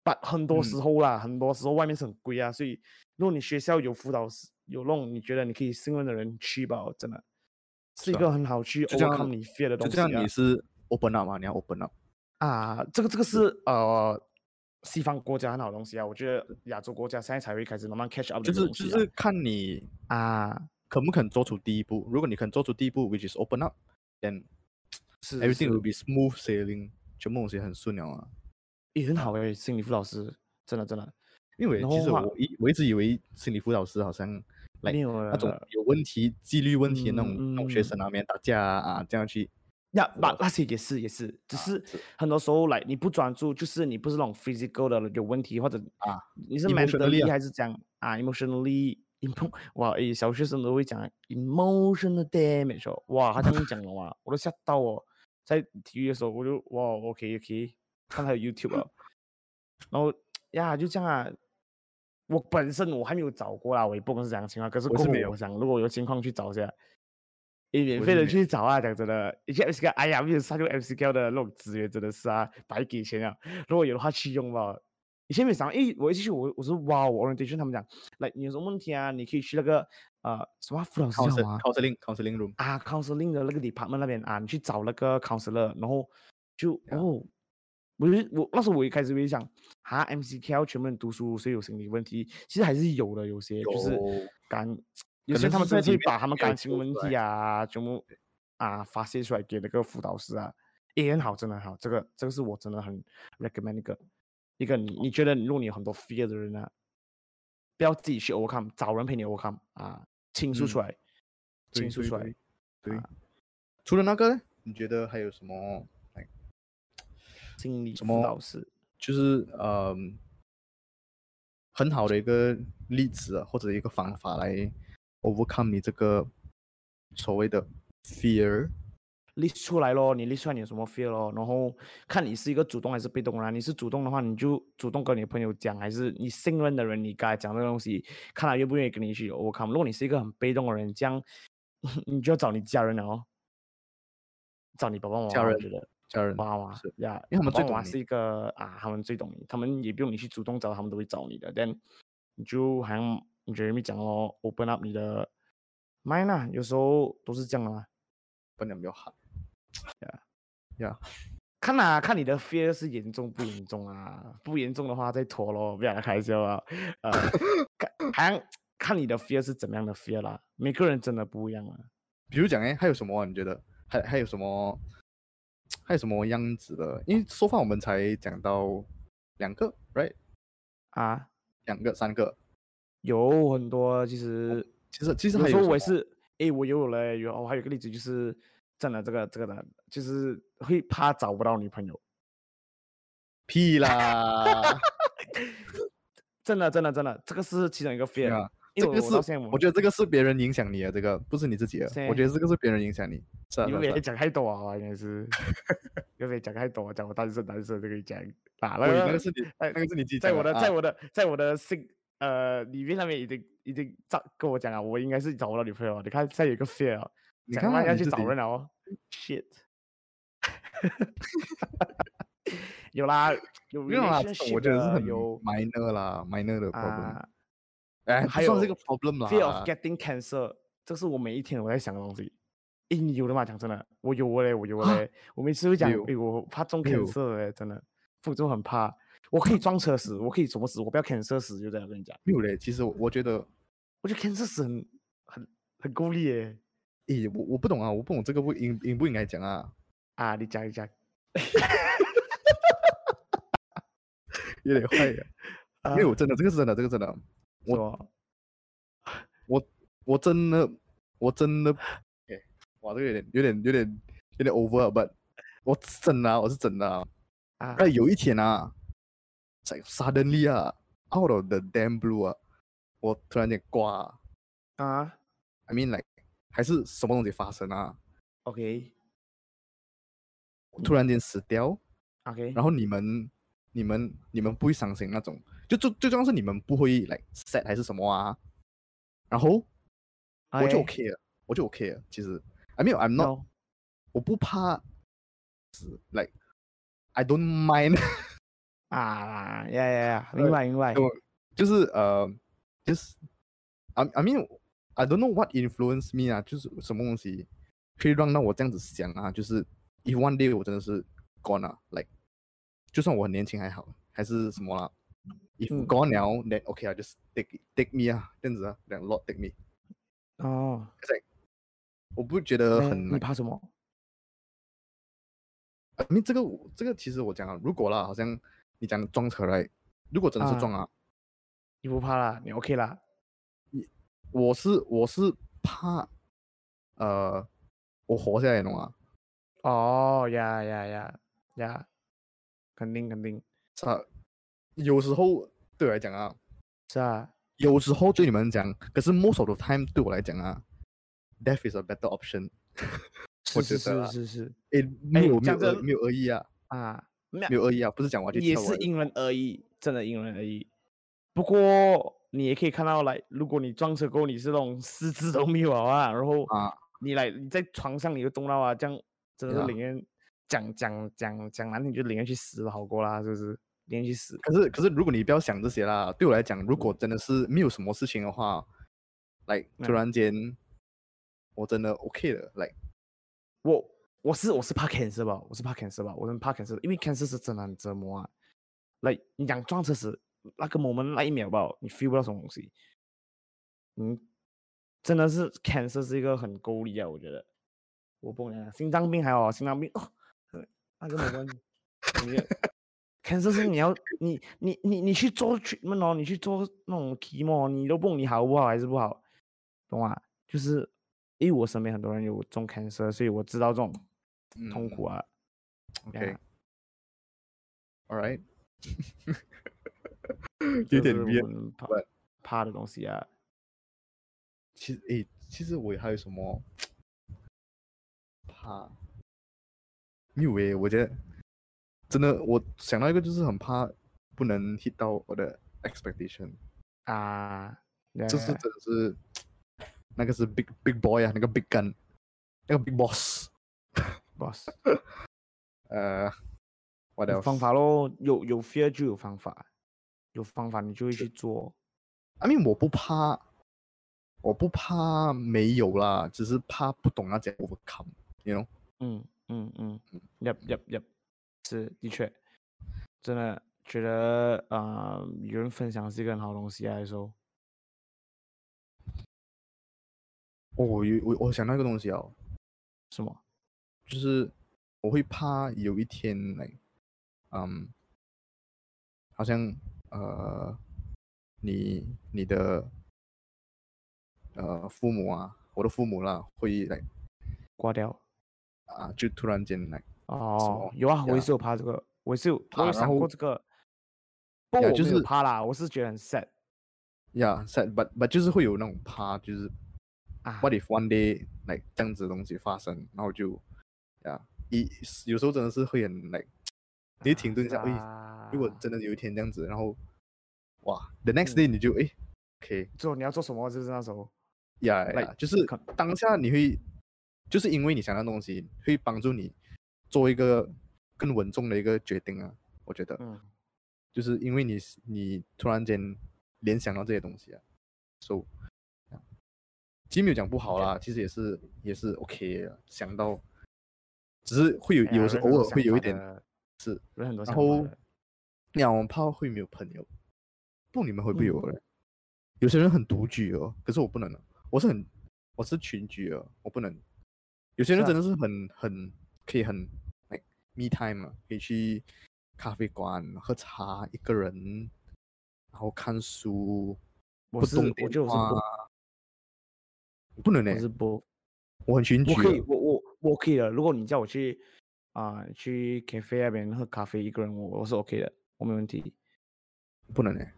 但很多嗯时候啦，很多时候外面是很贵啊，所以如果你学校有辅导师，有那种你觉得你可以信任的人去吧，真的是一是啊个很好去就这样 overcome 你 fear 的东就西、这啊。样你是 open up 嘛，你要 open up。啊，这个这个是呃西方国家很好的东西啊，我觉得亚洲国家现在才会开始慢慢 catch up 就是这个东就西啊。是看你啊，肯不肯做出第一步。如果你肯做出第一步，which is open up，then 是 everything 是 will be smooth sailing，全部东西很顺了啊。也很好诶，心理辅导师真的真的因为然其后实话我一我一直以为心理辅导师好像 like 没有那种了有问题、纪律问题的那种、那种学嗯生啊，每天打架啊啊这样去呀，那我那些也是也是，只啊是是很多时候来你不专注，就是你不是那种 physical 的有问题，或者啊，你是 emotionally mentally 啊还是讲啊 emotionally emo 哇，诶，小学生都会讲 emotional damage，哦哇，他这样讲的哇，我都吓到哦。在体育的时候，我就哇 OK OK，看他有 YouTube 了，然后呀就这样啊。我本身我还没有找过啦，我也不懂是怎样的情况，可是我过是后没有我想如果有情况去找一下，你免我费是的没去找啊，讲真的，以前 MCQ，哎呀，没有上用 MCQ 的那种资源真的是啊，白给钱啊。如果有的话去用吧。以前没想到，诶，我一进去我我说哇，我 orientation 他们讲，来你有什么问题啊？你可以去那个呃什么啊辅导师叫什么啊 counseling counseling counseling room。啊 counseling 的那个 department 那边啊，你去找那个 counselor，然后就 Yeah. 哦，我就我那时候我一开始会想，啊 MCQ 全部人读书，所以有心理问题，其实还是有的，有些就是有感，有可些能他们是在里真的会面把他们没有感情说问出题啊，全部啊发泄出来给那个辅导师啊，也很好，真的很好，这个这个是我真的很 recommend 一个一个你你哦觉得如果你有很多 fear 的人啊，不要自己去 overcome，找人陪你 overcome 啊，倾诉出嗯来，对倾诉对出来。对对啊除了那个呢，你觉得还有什么？like，心理什辅么导师就是呃，很好的一个例子啊，或者一个方法来 overcome 你这个所谓的 fear。 list 出来咯，你 list 出来你有什么 fear 咯，然后看你是一个主动还是被动啦。你是主动的话，你就主动跟你的朋友讲，还是你信任的人，你跟他讲这个东西，看他愿不愿意跟你一起 overcome。如果你是一个很被动的人，这样 你就要找你家人了哦，找你爸爸妈妈。家我人觉得家人爸爸妈妈是呀，因为他们爸最爸妈妈懂你是一个啊，他们最懂你，他们也不用你去主动找，他们都会找你的。但你就好像你觉得没讲咯，open up 你的 mind 啊啦，啊有时候都是这样的啦。分量比较好。呀呀，看啦、看你的 fear 是严重不严重啊？不严重的话再拖咯，不要来开玩笑啊。呃，看好像看你的 fear 是怎么样的 fear 啦，每个人真的不一样啊。比如讲，哎，还有什么啊、你觉得还还有什么，还有什么样子的？因为说话我们才讲到两个，right？啊，两个、三个，有很多其实哦其实其实有还时候什我也么啊是，诶，我又有了，有我还有一个例子就是，真的这个这个的，就是会怕找不到女朋友，屁 啦，真的真的真的，这个是其中一个 fear，、对啊，因这为个我是我到现在我觉得这个是别人影响你的，这个不是你自己的。啊我觉得这个是别人影响你，是啊，你是们啊每是啊天讲太多啊，应该是，有没讲太多啊？讲我单身单身这个讲，打了喂那个是你，哎那个是你自己在讲我的啊在我的在我的信呃里面上面已经已经早跟我讲啊，我应该是找不到女朋友啊，你看现在有一个 fear，啊你讲看话啊要你去自找己人了哦，shit，有啦，有没有啦，这种 relationship 我觉得是的很有 minor 啦，minor 的 problem，啊哎，还不算是一有个 problem 啦。 fear of getting cancer，这是我每一天我在想的东西。诶，你有的吗？讲真的，我有嘞，我有啊嘞。我每次会讲，有诶，我怕中你有 cancer 嘞，真的，我就很怕。我可以装车死，我可以什么死，我不要 cancer 死，就这样跟你讲。没有嘞，其实我我觉得，我觉得 cancer 死很很很孤立耶。咦，我我不懂啊，我不懂这个不应应不应该讲啊。啊，你讲一讲。有点坏 呀、啊没有，真的，这个是真的，这个真的，我我我真的，我真的， 哎，哇，这个有点，有点，有点，有点 over 了，but 我是真的啊、我是真的、啊。啊哎，有一天啊，在 suddenly 啊，out of the damn blue 啊，我突然间挂啊、啊 i mean like 还是什么东西发生啊， ，OK 我突然间死掉， OK，然后你们。你们你们不会伤心那种，就就最重要是你们不会 like sad 还是什么啊，然后我就 OK 了，我就 OK 了。其实，I mean I'm not，、哎 no 我不怕死，like I don't mind， 啊，呀呀呀，明呃白明白我就是呃，就是 I I mean I don't know what influence me 啊，就是什么东西可以让到我这样子想啊，就是 if one day 我真的是 gone 啊，like 就算我很年轻还好，还是什么啦。If 嗯 gone 了，then okay, I just take it- take me 啊，这样子啊，两 lot take me，哦。我不会觉得那很哎你怕什么？啊，因为这个我这个其实我讲啊，如果啦，好像你讲撞车来，如果真的是撞啊，你不怕啦，你 OK 啦。我是我是怕，呃，我活下来，你懂吗？哦呀呀呀呀，肯定肯定是啊，有时候对我来讲啊，是啊，有时候对你们讲，可是 most of the time 对我来讲啊，death is a better option。是我是觉得啊是啦是是诶，没有没讲有恶真没有恶意啊，啊，没没有有恶意啊，不是讲我要去也跳是而已因人而异，真的因人而异。不过你也可以看到来，如果你撞车过后你是那种四肢都没有了啊，然后啊，你来你在床上你又动到啊，这样真的呀是宁愿讲讲讲讲难听就宁愿去死了好过啦，是不是？宁愿去死可是可是如果你不要想这些啦，对我来讲，如果真的是没有什么事情的话，来突嗯然间，我真的 OK 了，来。我我是我是怕 cancer 吧，我是怕 cancer 吧，我是怕 cancer，的因为 cancer 是真的很折磨啊。来，你讲撞车时那个 moment 那一秒吧，你 feel 不到什么东西。嗯，真的是 cancer 是一个很孤立啊，我觉得。我不能讲，心脏病还好啊，心脏病哦，呃那个 moment，你的 cancer 是你要你你你你去做 treatment 哦，你去做那种 chemo，哦你都不懂你好不好还是不好，懂吗？就是因为我身边很多人有中 cancer，所以我知道这种痛嗯苦啊。 OK，呀 all right， 这嗯有点是远我。们怕 but- 怕的东西啊。其实，诶，其实我还有什么怕？因为我觉得真的，我想到一个就是很怕不能 hit 到我的 expectation，啊，呀这是呀真的是那个是 big big boy 啊，那个 big gun，那个 big boss， boss 呃，what 有 else？方法咯，有有 fear 就有方法，有方法你就会去做。 I mean，我不怕，我不怕没有啦，只是怕不懂那怎样 overcome，you know。嗯嗯嗯，yep yep yep，是的确，真的觉得啊、呃有人分享是一个很好的东西啊，说哦，我有我我想到一个东西哦，什么？就是我会怕有一天来，嗯，好像呃，你你的呃父母啊，我的父母啦，会来挂掉？啊，就突然间来哦，有啊，我也呀是有怕这个，我也是有，怕我有然想后过这个，不过呀我就没有是怕啦，我是觉得很 sad 呀、yeah,，sad，but but 就是会有那种怕，就是啊。 what if one day 来、like, 这样子的东西发生，然后就呀，一、有时候真的是会很来、like, 你会停顿一下，诶、哎如果真的有一天这样子，然后哇，the next day 你就诶、可以做你要做什么，就是那时候呀呀 Like，呀，就是看当下你会，就是因为你想到东西，会帮助你做一个更稳重的一个决定啊。我觉得，嗯，就是因为你你突然间联想到这些东西啊，so，yeah 其实没有讲不好啦，其实也是也是 OK 的，想到，只是会有哎呀有时人很偶多尔会想有一法点的是，人很多然想法后的呀，我们怕会没有朋友，不懂你们会不会有嗯嘞？有些人很独居哦，可是我不能啊，我是很我是群居哦，我不能。有些是人啊真的是很很可以很 like me time 啊，可以去咖啡馆喝茶，一个人，然后看书，不我啊是动我电觉得我是话不，我不能嘞我，是不，我很群居哦我可以，的，我我我 OK 的。如果你叫我去啊、去 cafe 那边喝咖啡，一个人我我是 OK 的，我没问题。不能嘞，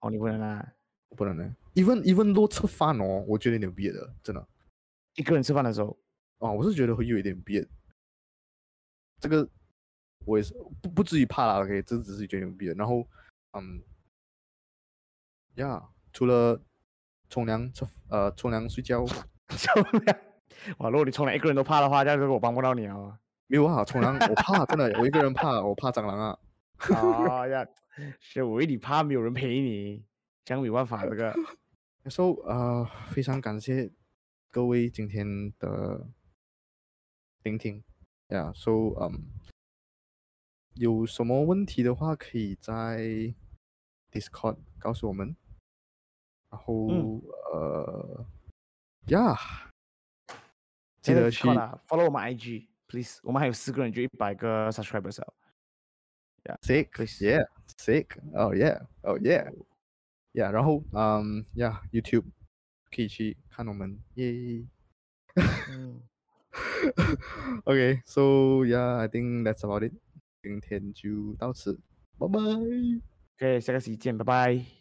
哦，你不能啊，我不能欸嘞。even even 多吃饭哦，我觉得有点 weird 的，真的一个人吃饭的时候， 啊，我是觉得会有一点 weird。这个我也是不不至于怕啦，OK，这只是觉得有 weird。然后，嗯，呀、除了冲凉、吃呃冲凉、睡觉，冲凉。哇，如果你冲凉一个人都怕的话，这样子我帮不到你哦。没有啊，冲凉我怕，真的，我一个人怕，我怕蟑螂啊。啊呀， 是我为你怕，没有人陪你，这样没办法。这个 So 呃，非常感谢各位今天的聆听呀。Yeah, so 嗯、有什么问题的话，可以在 Discord 告诉我们。然后、呃呀记得 去 f o l l o w 我们 IG，please。我们还有四个人就一百个 subscribers 啊了。 sick please yeah sick oh yeah oh yeah yeah，然后嗯呀、YouTube 可以去看我们耶。嗯 Okay, so yeah, I think that's about it. 今天就到此，拜拜。 ，OK，下个期见，拜拜。